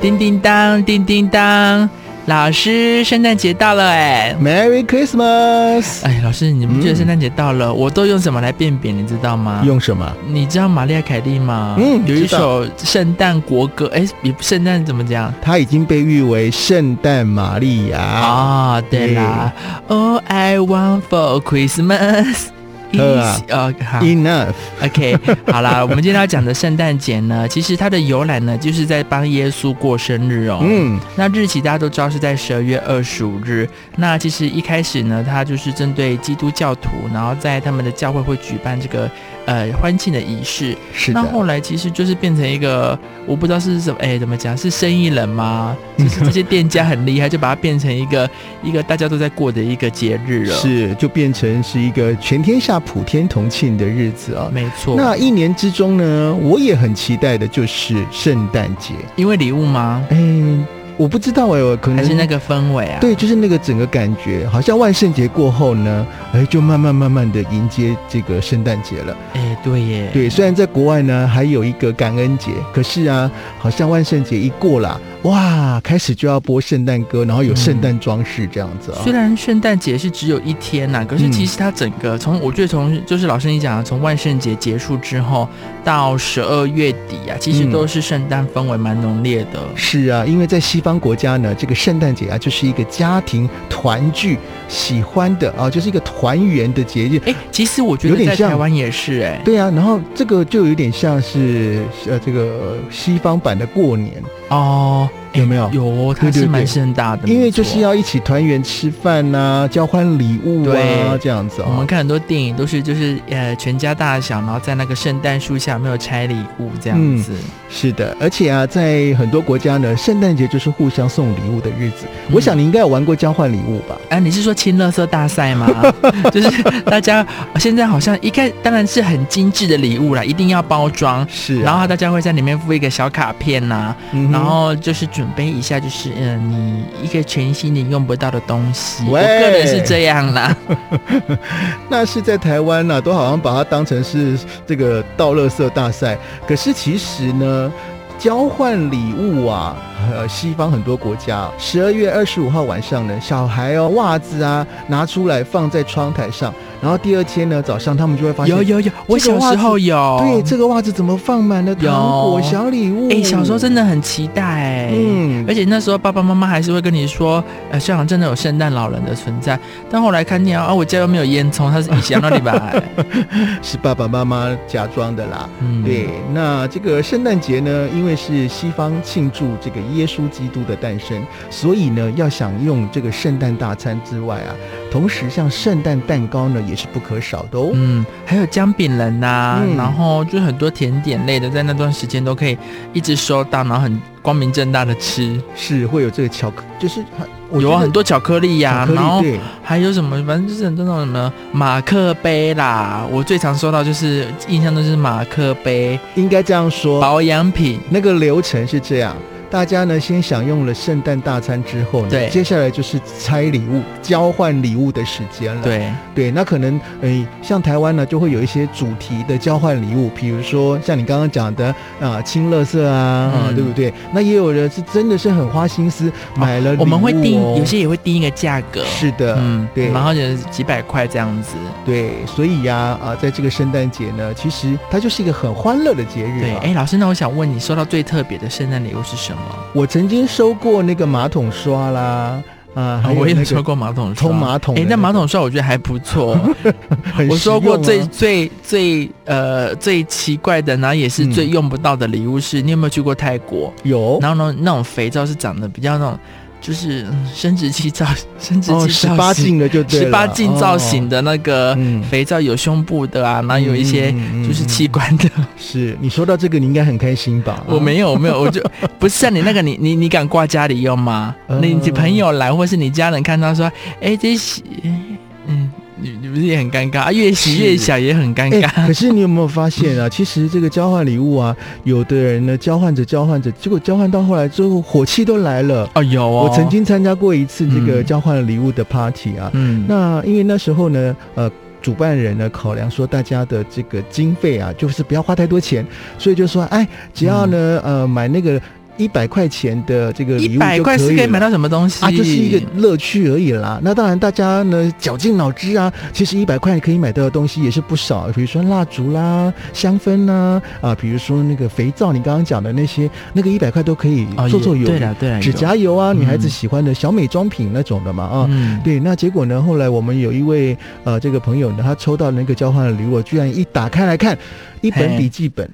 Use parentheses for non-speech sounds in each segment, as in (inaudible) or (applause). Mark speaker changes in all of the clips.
Speaker 1: 叮叮当，叮叮当，老师，圣诞节到了哎、
Speaker 2: Merry Christmas！
Speaker 1: 哎，老师，你不觉得圣诞节到了，我都用什么来辨别，你知道吗？
Speaker 2: 用什么？
Speaker 1: 你知道玛丽亚凯莉吗？
Speaker 2: 嗯
Speaker 1: 有一
Speaker 2: 知道
Speaker 1: 首圣诞国歌，哎，也不圣诞怎么讲？
Speaker 2: 它已经被誉为圣诞玛利亚。
Speaker 1: 啊、对啦，All I want for Christmas
Speaker 2: 呃啊
Speaker 1: is 呃，好
Speaker 2: Enough，
Speaker 1: OK，好啦，我们今天要讲的圣诞节呢，其实它的由来呢，就是在帮耶稣过生日哦。
Speaker 2: 嗯，
Speaker 1: 那日期大家都知道是在十二月二十五日。那其实一开始呢，它就是针对基督教徒，然后在他们的教会会举办这个呃欢庆的仪式。
Speaker 2: 是
Speaker 1: 那
Speaker 2: 的，
Speaker 1: 后来其实就是变成一个，我不知道是什么，哎，怎么讲？是生意人
Speaker 2: (laughs)
Speaker 1: 吗？就是这些店家很厉害，就把它变成一个一个大家都在过的一个节日了。，
Speaker 2: 是就变成是一个全天下普天同庆的日子啊、
Speaker 1: 没错。
Speaker 2: 那一年之中呢，我也很期待的就是圣诞节。
Speaker 1: 因为礼物吗？
Speaker 2: 哎，我不知道哎、我可能
Speaker 1: 还是那个氛围啊？
Speaker 2: 对，就是那个整个感觉，好像万圣节过后呢，哎，就慢慢慢慢的迎接这个圣诞节了。
Speaker 1: 哎，对耶，
Speaker 2: 对，虽然在国外呢还有一个感恩节，可是啊，好像万圣节一过啦，哇，开始就要播圣诞歌，然后有圣诞装饰这样子啊、
Speaker 1: 虽然圣诞节是只有一天呐、可是其实它整个从我觉得从就是老师你讲的，从万圣节结束之后到十二月底啊，其实
Speaker 2: 嗯
Speaker 1: 都是圣诞氛围蛮浓烈的。
Speaker 2: 是啊，因为在西方国家呢，这个圣诞节啊，就是一个家庭团聚喜欢的啊，就是一个团圆的节日。
Speaker 1: 哎、其实我觉
Speaker 2: 有
Speaker 1: 得
Speaker 2: 点
Speaker 1: 在
Speaker 2: 像
Speaker 1: 台湾也是哎、
Speaker 2: 对啊，然后这个就有点像是呃这个西方版的过年，
Speaker 1: 哦，
Speaker 2: 有没有？
Speaker 1: 有哦，它
Speaker 2: 对对
Speaker 1: 是蛮
Speaker 2: 对
Speaker 1: 盛大的，
Speaker 2: 因为
Speaker 1: 没错
Speaker 2: 就是。要一起团圆吃饭呐、交换礼物啊
Speaker 1: 对，
Speaker 2: 这样子
Speaker 1: 我
Speaker 2: 啊、
Speaker 1: 们看很多电影都是就是呃全家大小，然后在那个圣诞树下没有拆礼物这样
Speaker 2: 嗯
Speaker 1: 子。
Speaker 2: 是的，而且啊，在很多国家呢，圣诞节就是互相送礼物的日子。
Speaker 1: 嗯
Speaker 2: 我想你应该有玩过交换礼物吧？
Speaker 1: 啊，你是说亲乐色大赛
Speaker 2: (laughs)
Speaker 1: 吗？就是大家现在好像一开，当然是很精致的礼物啦，一定要包装。
Speaker 2: 是啊
Speaker 1: 然后大家会在里面附一个小卡片呐、
Speaker 2: 嗯哼
Speaker 1: 然后就是准备一下，就是嗯、呃你一个全新你用不到的东西。我
Speaker 2: 喂
Speaker 1: 个人是这样
Speaker 2: (laughs)
Speaker 1: 啦，
Speaker 2: 那是在台湾呢、都好像把它当成是这个倒垃圾大赛。可是其实呢，交换礼物啊，呃，西方很多国家，啊十二月二十五号晚上呢，小孩哦袜子啊拿出来放在窗台上，然后第二天呢早上他们就会发现，
Speaker 1: 有有有，我
Speaker 2: 这
Speaker 1: 小
Speaker 2: 个袜
Speaker 1: 时
Speaker 2: 子
Speaker 1: 候有。
Speaker 2: 对这个袜子怎么放满了糖果
Speaker 1: 有
Speaker 2: 小礼物？
Speaker 1: 哎、小时候真的很期待、哎
Speaker 2: 嗯
Speaker 1: 而且那时候爸爸妈妈还是会跟你说，呃，香港真的有圣诞老人的存在。但后来看见啊，我家又没有烟囱，他是以前那里吧？
Speaker 2: (laughs) 是爸爸妈妈假装的啦。
Speaker 1: 嗯，
Speaker 2: 对，那这个圣诞节呢，因为是西方庆祝这个耶稣基督的诞生，所以呢，要享用这个圣诞大餐之外啊，同时像圣诞蛋糕呢，也是不可少的哦。
Speaker 1: 嗯，还有姜饼人呐、
Speaker 2: 嗯
Speaker 1: 然后就很多甜点类的，在那段时间都可以一直收到，然后很光明正大的吃。
Speaker 2: 是会有这个巧克，就是我觉
Speaker 1: 有
Speaker 2: 得
Speaker 1: 啊很多巧克力呀、
Speaker 2: 巧克
Speaker 1: 然后
Speaker 2: 力，对，
Speaker 1: 还有什么，反正就是很多那种什么马克杯啦。我最常收到就是印象中就是马克杯、
Speaker 2: 应该这样说。
Speaker 1: 保养品，
Speaker 2: 那个流程是这样。大家呢，先享用了圣诞大餐之后呢，
Speaker 1: 对
Speaker 2: 接下来就是拆礼物、交换礼物的时间了。
Speaker 1: 对，
Speaker 2: 对，那可能诶、像台湾呢，就会有一些主题的交换礼物，比如说像你刚刚讲的啊，清乐色啊、啊
Speaker 1: 嗯
Speaker 2: 对不对？那也有人是真的是很花心思买了礼物哦、
Speaker 1: 我们会定，有些也会定一个价格。
Speaker 2: 是的，
Speaker 1: 嗯，
Speaker 2: 对
Speaker 1: 然后就是几百块这样子。
Speaker 2: 对，所以呀啊在这个圣诞节呢，其实它就是一个很欢乐的节日、
Speaker 1: 对，
Speaker 2: 啊。
Speaker 1: 哎，老师，那我想问你，收到最特别的圣诞礼物是什么？
Speaker 2: 我曾经收过那个马桶刷啦，啊，还有
Speaker 1: 我
Speaker 2: 那
Speaker 1: 也
Speaker 2: 个
Speaker 1: 收过马桶刷，
Speaker 2: 冲马桶的
Speaker 1: 哎，
Speaker 2: 那
Speaker 1: 那
Speaker 2: 个
Speaker 1: 马桶刷我觉得还不错，
Speaker 2: 很
Speaker 1: 我
Speaker 2: 实
Speaker 1: 收过
Speaker 2: 用啊
Speaker 1: 最最最呃最奇怪的，然后也是最
Speaker 2: 嗯哦
Speaker 1: 用不到的礼物是，你有没有去过泰国？
Speaker 2: 有
Speaker 1: 然后呢，那种肥皂是长得比较那种，就是嗯生殖器造生殖
Speaker 2: 哦
Speaker 1: 器
Speaker 2: 十
Speaker 1: 造
Speaker 2: 八
Speaker 1: 型、
Speaker 2: 禁的就对了，
Speaker 1: 十八禁造型
Speaker 2: 哦
Speaker 1: 的那个
Speaker 2: 嗯
Speaker 1: 肥皂，有胸部的啊，然后有一些
Speaker 2: 嗯嗯嗯
Speaker 1: 就是
Speaker 2: 嗯
Speaker 1: 器官的。
Speaker 2: 是你说到这个，你应该很开心吧？
Speaker 1: (laughs) 我没有，我没有，
Speaker 2: (laughs)
Speaker 1: 我就不是啊，你那个你你你敢挂家里用吗？
Speaker 2: 呃
Speaker 1: 你你朋友来或是你家人看到说，哎、这洗，嗯，你你不是也很尴尬啊？越洗越
Speaker 2: 是
Speaker 1: 小也很尴
Speaker 2: 哎、
Speaker 1: 尬。
Speaker 2: 可是你有没有发现啊？其 (laughs) 实这个交换礼物啊，有的人呢交换着交换着，结果交换到后来之后，火气都来了。
Speaker 1: 哦，有哦，
Speaker 2: 我曾经参加过一次这个
Speaker 1: 嗯
Speaker 2: 交换礼物的 party 啊，
Speaker 1: 嗯，
Speaker 2: 那因为那时候呢，呃。主办人呢考量说大家的这个经费啊，就是不要花太多钱，所以就说，哎，只要呢，呃，买那个一百块钱的这个礼
Speaker 1: 嗯一
Speaker 2: 物
Speaker 1: 百
Speaker 2: 就可
Speaker 1: 块是
Speaker 2: 以
Speaker 1: 可以
Speaker 2: 了
Speaker 1: 买到什么东西？
Speaker 2: 啊，这是一个乐趣而已啦。那当然，大家呢绞尽脑汁啊，其实一百块可以买到的东西也是不少，比如说蜡烛啦、香氛啦，啊，比如说那个肥皂，你刚刚讲的那些，那个一百块都可以
Speaker 1: 哦，
Speaker 2: 做做
Speaker 1: 也
Speaker 2: 油、
Speaker 1: 对了对了，
Speaker 2: 指甲油啊，
Speaker 1: 嗯
Speaker 2: 女孩子喜欢的小美妆品那种的嘛啊。
Speaker 1: 有嗯，
Speaker 2: 对，那结果呢？后来我们有一位呃，这个朋友呢，他抽到那个交换的礼物，居然一打开来看，一本
Speaker 1: 嘿
Speaker 2: 笔记本，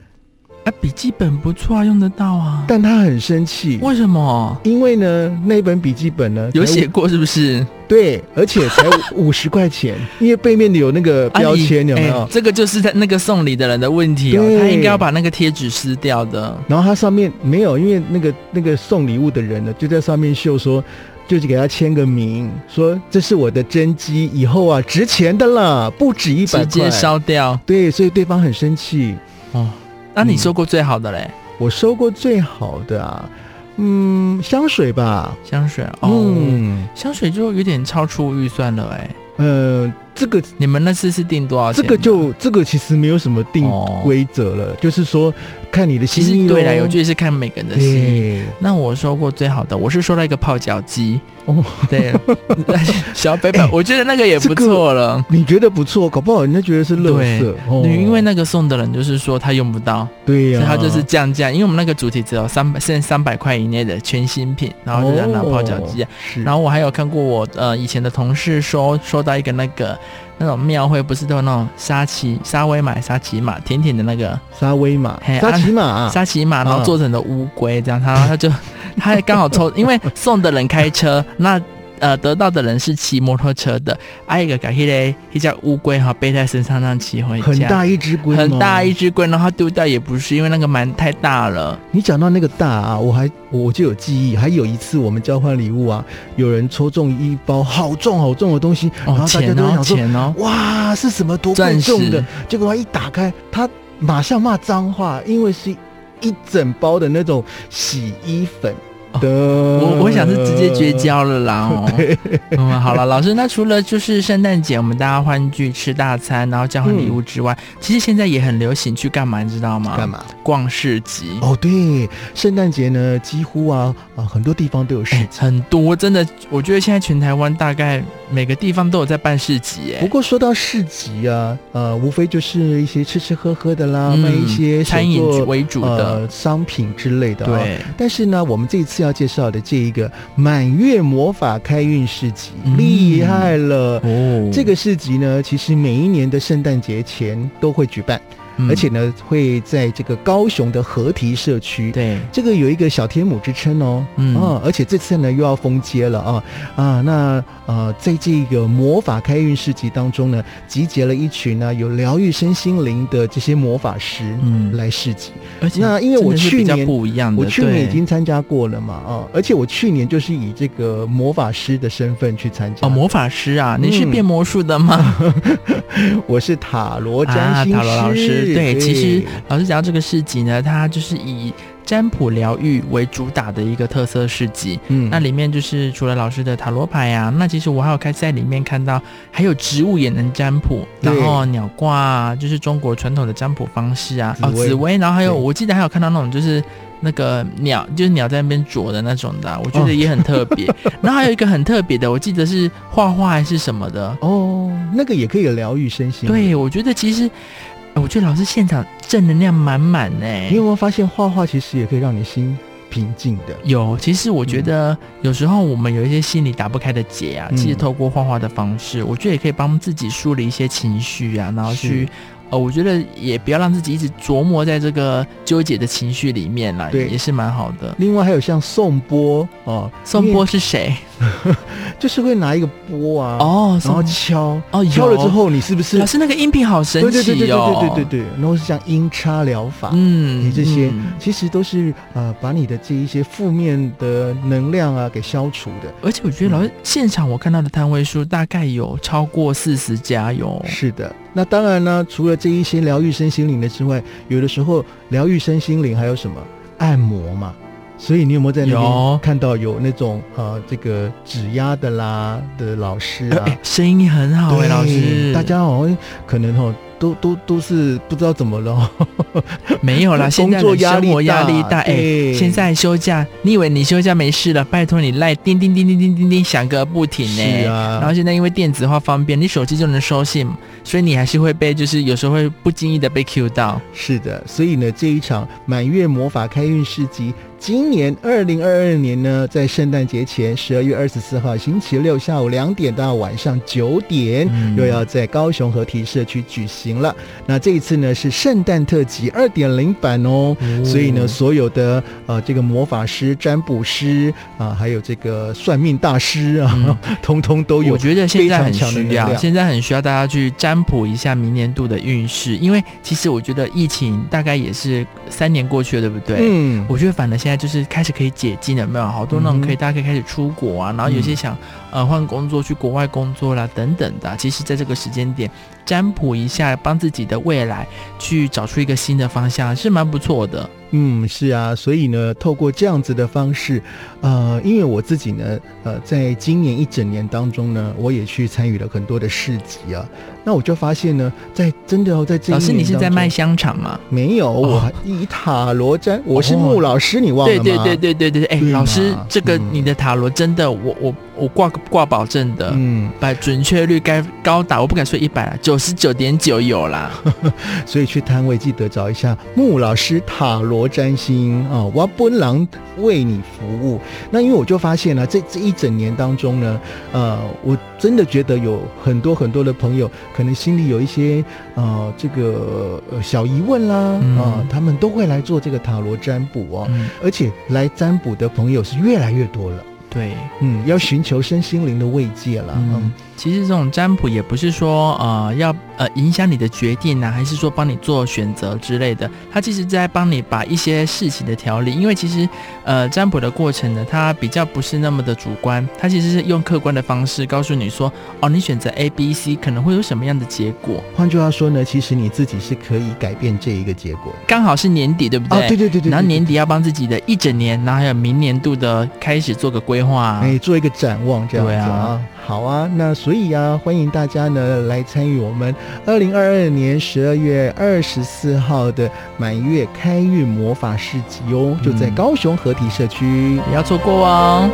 Speaker 1: 啊，笔记本不错啊，用得到啊。
Speaker 2: 但他很生气，
Speaker 1: 为什么？
Speaker 2: 因为呢，那本笔记本呢
Speaker 1: 有
Speaker 2: 才
Speaker 1: 写过是不是？
Speaker 2: 对，而且
Speaker 1: (laughs)
Speaker 2: 才五十块钱，因为背面有那个
Speaker 1: 啊
Speaker 2: 标
Speaker 1: 你
Speaker 2: 签，有没
Speaker 1: 哎
Speaker 2: 有？
Speaker 1: 这个就是他那个送礼的人的问题哦，
Speaker 2: 对
Speaker 1: 他应该要把那个贴纸撕掉的。
Speaker 2: 然后它上面没有，因为那个那个送礼物的人呢，就在上面秀说，就是给他签个名，说这是我的真机，以后啊值钱的啦，不止一百
Speaker 1: 直接
Speaker 2: 块。
Speaker 1: 烧掉
Speaker 2: 对，所以对方很生气。
Speaker 1: 哦。那、你
Speaker 2: 嗯
Speaker 1: 收过最好的嘞？
Speaker 2: 我收过最好的啊，嗯，香水吧，
Speaker 1: 香水哦，
Speaker 2: 嗯，
Speaker 1: 香水就有点超出预算了哎。
Speaker 2: 呃，这个
Speaker 1: 你们那次是订多少
Speaker 2: 这
Speaker 1: 钱？
Speaker 2: 个就这个其实没有什么定
Speaker 1: 哦
Speaker 2: 规则了，就是说看你的
Speaker 1: 其
Speaker 2: 心意
Speaker 1: 实对啦，
Speaker 2: 咯
Speaker 1: 我觉得是看每个人的心意。
Speaker 2: 对。
Speaker 1: 那我收过最好的，我是收到一个泡脚机，
Speaker 2: 哦哎
Speaker 1: 对，
Speaker 2: (laughs)
Speaker 1: 小北本，我觉得那个也不错了。
Speaker 2: 你觉得不错，搞不好人家觉得是乐色
Speaker 1: 对，
Speaker 2: 哦
Speaker 1: 对因为那个送的人就是说他用不到，
Speaker 2: 对
Speaker 1: 所
Speaker 2: 呀、
Speaker 1: 以他就是降价。因为我们那个主题只有三百，现在三百块以内的全新品，然后就让他拿泡脚机啊。
Speaker 2: 是，
Speaker 1: 然后我还有看过我呃以前的同事说说到一个那个那种庙会，不是都有那种沙琪沙威玛、沙琪玛甜甜的那个
Speaker 2: 沙威玛、
Speaker 1: 嘿啊
Speaker 2: 沙琪玛、
Speaker 1: 沙琪玛，然后做成的乌龟这样，
Speaker 2: 嗯
Speaker 1: 他他就 (laughs) 他还刚好抽，因为送的人开车，那呃得到的人是骑摩托车的，挨一个搞迄个一只乌龟哈背在身上这样骑回家，
Speaker 2: 很大一只龟，
Speaker 1: 很大一。只龟，然后丢掉也不是，因为那个蛮太大了，
Speaker 2: 你讲到那个大啊，我还我就有记忆，还有一次我们交换礼物啊，有人抽中一包好重好重的东西，然
Speaker 1: 哦
Speaker 2: 后大家
Speaker 1: 钱
Speaker 2: 都
Speaker 1: 哦
Speaker 2: 想说，
Speaker 1: 钱哦，
Speaker 2: 哇，是什么多贵
Speaker 1: 钻
Speaker 2: 重的
Speaker 1: 石？
Speaker 2: 结果他一打开，他马上骂脏话，因为是一整包的那种洗衣粉
Speaker 1: 哦
Speaker 2: 的。
Speaker 1: 我
Speaker 2: 我
Speaker 1: 我想是直接绝。交了啦
Speaker 2: (laughs)
Speaker 1: 哦。嗯，好了，老师，那除了就是圣诞节我们大家欢聚吃大餐，然后交换礼物之外，其实现在也很流行去干嘛，你知道吗？
Speaker 2: 嗯干？嘛？
Speaker 1: 逛市集。
Speaker 2: 哦，对，圣诞节呢，几乎啊啊很多地方都有市
Speaker 1: 哎
Speaker 2: 集。
Speaker 1: 很多真的，我觉得现在全台湾大概每个地方都有在办市集，
Speaker 2: 不
Speaker 1: 哎，
Speaker 2: 过说到市集啊，呃，无非就是一些吃吃喝喝的啦，
Speaker 1: 嗯
Speaker 2: 卖哦一些手
Speaker 1: 餐饮
Speaker 2: 作
Speaker 1: 为主的，
Speaker 2: 呃商品之类的、啊。。
Speaker 1: 对，
Speaker 2: 但是呢，我们这一次要介绍的这一个满月魔法开运市集，
Speaker 1: 嗯
Speaker 2: 厉害了。
Speaker 1: 哦
Speaker 2: 这个市集呢，其实每一年的圣诞节前都会举办，
Speaker 1: 嗯
Speaker 2: 而且呢会在这个高雄的合体社区。
Speaker 1: 对，
Speaker 2: 这个有一个小天母之称哦，
Speaker 1: 嗯
Speaker 2: 啊而且这次呢又要封街了啊啊，那呃，在这个魔法开运市集当中呢，集结了一群呢有疗愈身心灵的这些魔法师
Speaker 1: 嗯，
Speaker 2: 来市集。
Speaker 1: 而且
Speaker 2: 那因为我
Speaker 1: 真的是
Speaker 2: 去
Speaker 1: 比较
Speaker 2: 年
Speaker 1: 不一样的，
Speaker 2: 我去年已
Speaker 1: 对
Speaker 2: 经参加过了嘛啊，而且我去年就是以这个魔法师的身份去参加，
Speaker 1: 哦，魔法师啊，你是
Speaker 2: 嗯
Speaker 1: 变魔术的吗？
Speaker 2: (laughs) 我是塔罗
Speaker 1: 啊，
Speaker 2: 占星师，
Speaker 1: 塔罗老师，对，其实
Speaker 2: 对
Speaker 1: 老师讲到这个市集呢，它就是以占卜疗愈为主打的一个特色市集。
Speaker 2: 嗯
Speaker 1: 那里面就是除了老师的塔罗牌啊，那其实我还有看在里面看到，还有植物也能占卜，
Speaker 2: 对
Speaker 1: 然后鸟卦啊，就是中国传统的占卜方式啊，
Speaker 2: 紫
Speaker 1: 哦，
Speaker 2: 薇
Speaker 1: 紫薇，然后还有
Speaker 2: 对
Speaker 1: 我记得还有看到那种就是那个鸟，就是鸟在那边啄的那种的啊、我觉
Speaker 2: 哦
Speaker 1: 得也很特
Speaker 2: (laughs)
Speaker 1: 别。然后还有一个很特别的，我记得是画画还是什么的，
Speaker 2: 哦，那个也可以疗愈身心，。
Speaker 1: 对，我觉得其实，呃我觉得老师现场正能量满满欸呢。
Speaker 2: 你有没有发现画画其实也可以让你心平静的？
Speaker 1: 有，其实我觉得有时候我们有一些心里打不开的结啊，
Speaker 2: 嗯
Speaker 1: 其实透过画画的方式，我觉得也可以帮自己梳理一些情绪啊，然后去
Speaker 2: 是，
Speaker 1: 呃，我觉得也不要让自己一直琢磨在这个纠结的情绪里面啦，
Speaker 2: 对
Speaker 1: 也是蛮好的。
Speaker 2: 另外还有像颂钵哦，
Speaker 1: 宋波是谁？
Speaker 2: 就是会拿一个钵啊，
Speaker 1: 哦，
Speaker 2: 然后
Speaker 1: 宋
Speaker 2: 敲，
Speaker 1: 哦，
Speaker 2: 敲了之
Speaker 1: 有，
Speaker 2: 后你是不是？
Speaker 1: 老师那个音频好神
Speaker 2: 对对对
Speaker 1: 奇
Speaker 2: 对对
Speaker 1: 哦，
Speaker 2: 对对对，然后是像音叉疗法。
Speaker 1: 嗯，
Speaker 2: 你这些
Speaker 1: 嗯
Speaker 2: 其实都是呃，把你的这一些负面的能量啊给消除的。
Speaker 1: 而且我觉得老师现场我看到的摊位数大概有超过四十家哟。
Speaker 2: 是的，那当然呢，除了这一些疗愈身心灵的之外，有的时候疗愈身心灵还有什么按摩嘛？所以你有没有在那
Speaker 1: 有
Speaker 2: 边看到有那种呃这个指压的啦的老师
Speaker 1: 呃
Speaker 2: 啊？
Speaker 1: 哎声音很好哎、
Speaker 2: 对
Speaker 1: 老师，
Speaker 2: 哎大家好像可能哦。都都都是不知道怎么了，
Speaker 1: 没有啦，现在
Speaker 2: 啊工
Speaker 1: 的
Speaker 2: 作压力
Speaker 1: 生活压
Speaker 2: 大
Speaker 1: 力大，哎、
Speaker 2: 对
Speaker 1: 现在休假，你以为你休假没事了？拜托你赖叮叮叮叮叮叮叮响个不停呢、
Speaker 2: 是啊
Speaker 1: 然后现在因为电子化方便，你手机就能收信，所以你还是会被，就是有时候会不经意的被 Q 到。
Speaker 2: 是的，所以呢，这一场满月魔法开运市集，今年二零二二年呢，在圣诞节前，十二月二十四号星期六下午两点到晚上九点，
Speaker 1: 嗯
Speaker 2: 又要在高雄合体社区举行了。那这一次呢是圣诞特辑二点零版哦。
Speaker 1: 哦
Speaker 2: 所以呢，所有的呃，这个魔法师、占卜师啊、还有这个算命大师啊， (laughs) 通通都有
Speaker 1: 嗯我。觉得现在很
Speaker 2: 非常强的
Speaker 1: 需
Speaker 2: 能
Speaker 1: 要，
Speaker 2: 量
Speaker 1: 现在很需要大家去占卜一下明年度的运势，因为其实我觉得疫情大概也是三年过去了，对不对？
Speaker 2: 嗯，
Speaker 1: 我觉得反正现在就是开始可以解禁了，有没有？好多那种可以，
Speaker 2: 嗯
Speaker 1: 大家可以开始出国啊，然后有些想、呃换工作去国外工作啦等等的啊、其实在这个时间点占卜一下，帮自己的未来去找出一个新的方向，是蛮不错的。
Speaker 2: 嗯，是啊，所以呢，透过这样子的方式，呃，因为我自己呢，呃，在今年一整年当中呢，我也去参与了很多的市集啊。那我就发现呢，在真的哦，在这一
Speaker 1: 老师，
Speaker 2: 年
Speaker 1: 你是在
Speaker 2: 当中
Speaker 1: 卖香肠吗？
Speaker 2: 没有，
Speaker 1: 哦
Speaker 2: 我以塔罗占，我是
Speaker 1: 哦
Speaker 2: 穆老师，你忘了
Speaker 1: 对
Speaker 2: 吗？
Speaker 1: 对对对对对，哎、
Speaker 2: 对嘛
Speaker 1: 老师，这个
Speaker 2: 嗯
Speaker 1: 你的塔罗真的，我我我挂挂保证的，
Speaker 2: 嗯，
Speaker 1: 把准确率该高达，我不敢说一百了，九十九点九有啦。
Speaker 2: 所以去摊位记得找一下穆老师塔罗占星啊、我本郎为你服务。那因为我就发现啊了、这这一整年当中呢，呃，我真的觉得有很多很多的朋友可能心里有一些呃这个呃小疑问啦啊、
Speaker 1: 嗯
Speaker 2: 他们都会来做这个塔罗占卜哦，
Speaker 1: 嗯，
Speaker 2: 而且来占卜的朋友是越来越多了。
Speaker 1: 对。
Speaker 2: 嗯，要寻求身心灵的慰藉啦。
Speaker 1: 嗯
Speaker 2: 嗯，
Speaker 1: 其实这种占卜也不是说呃要呃影响你的决定呐、还是说帮你做选择之类的，它其实在帮你把一些事情的条理，因为其实呃占卜的过程呢，它比较不是那么的主观，它其实是用客观的方式告诉你说，哦，你选择 A、B、C 可能会有什么样的结果，
Speaker 2: 换句话说呢，其实你自己是可以改变这一个结果
Speaker 1: 刚好是年底，对不
Speaker 2: 的。
Speaker 1: 对？
Speaker 2: 啊，对对对对，
Speaker 1: 然后
Speaker 2: 对对
Speaker 1: 年底要帮自己的一整年，然后还有明年度的开始做个规划、
Speaker 2: 哎、做一个展望这样子
Speaker 1: 对
Speaker 2: 啊
Speaker 1: 啊。
Speaker 2: 好啊，那所以啊，欢迎大家呢来参与我们二零二二年十二月二十四号的满月开运魔法市集哦，就在
Speaker 1: 嗯
Speaker 2: 高雄合体社区。
Speaker 1: 不要错过哦。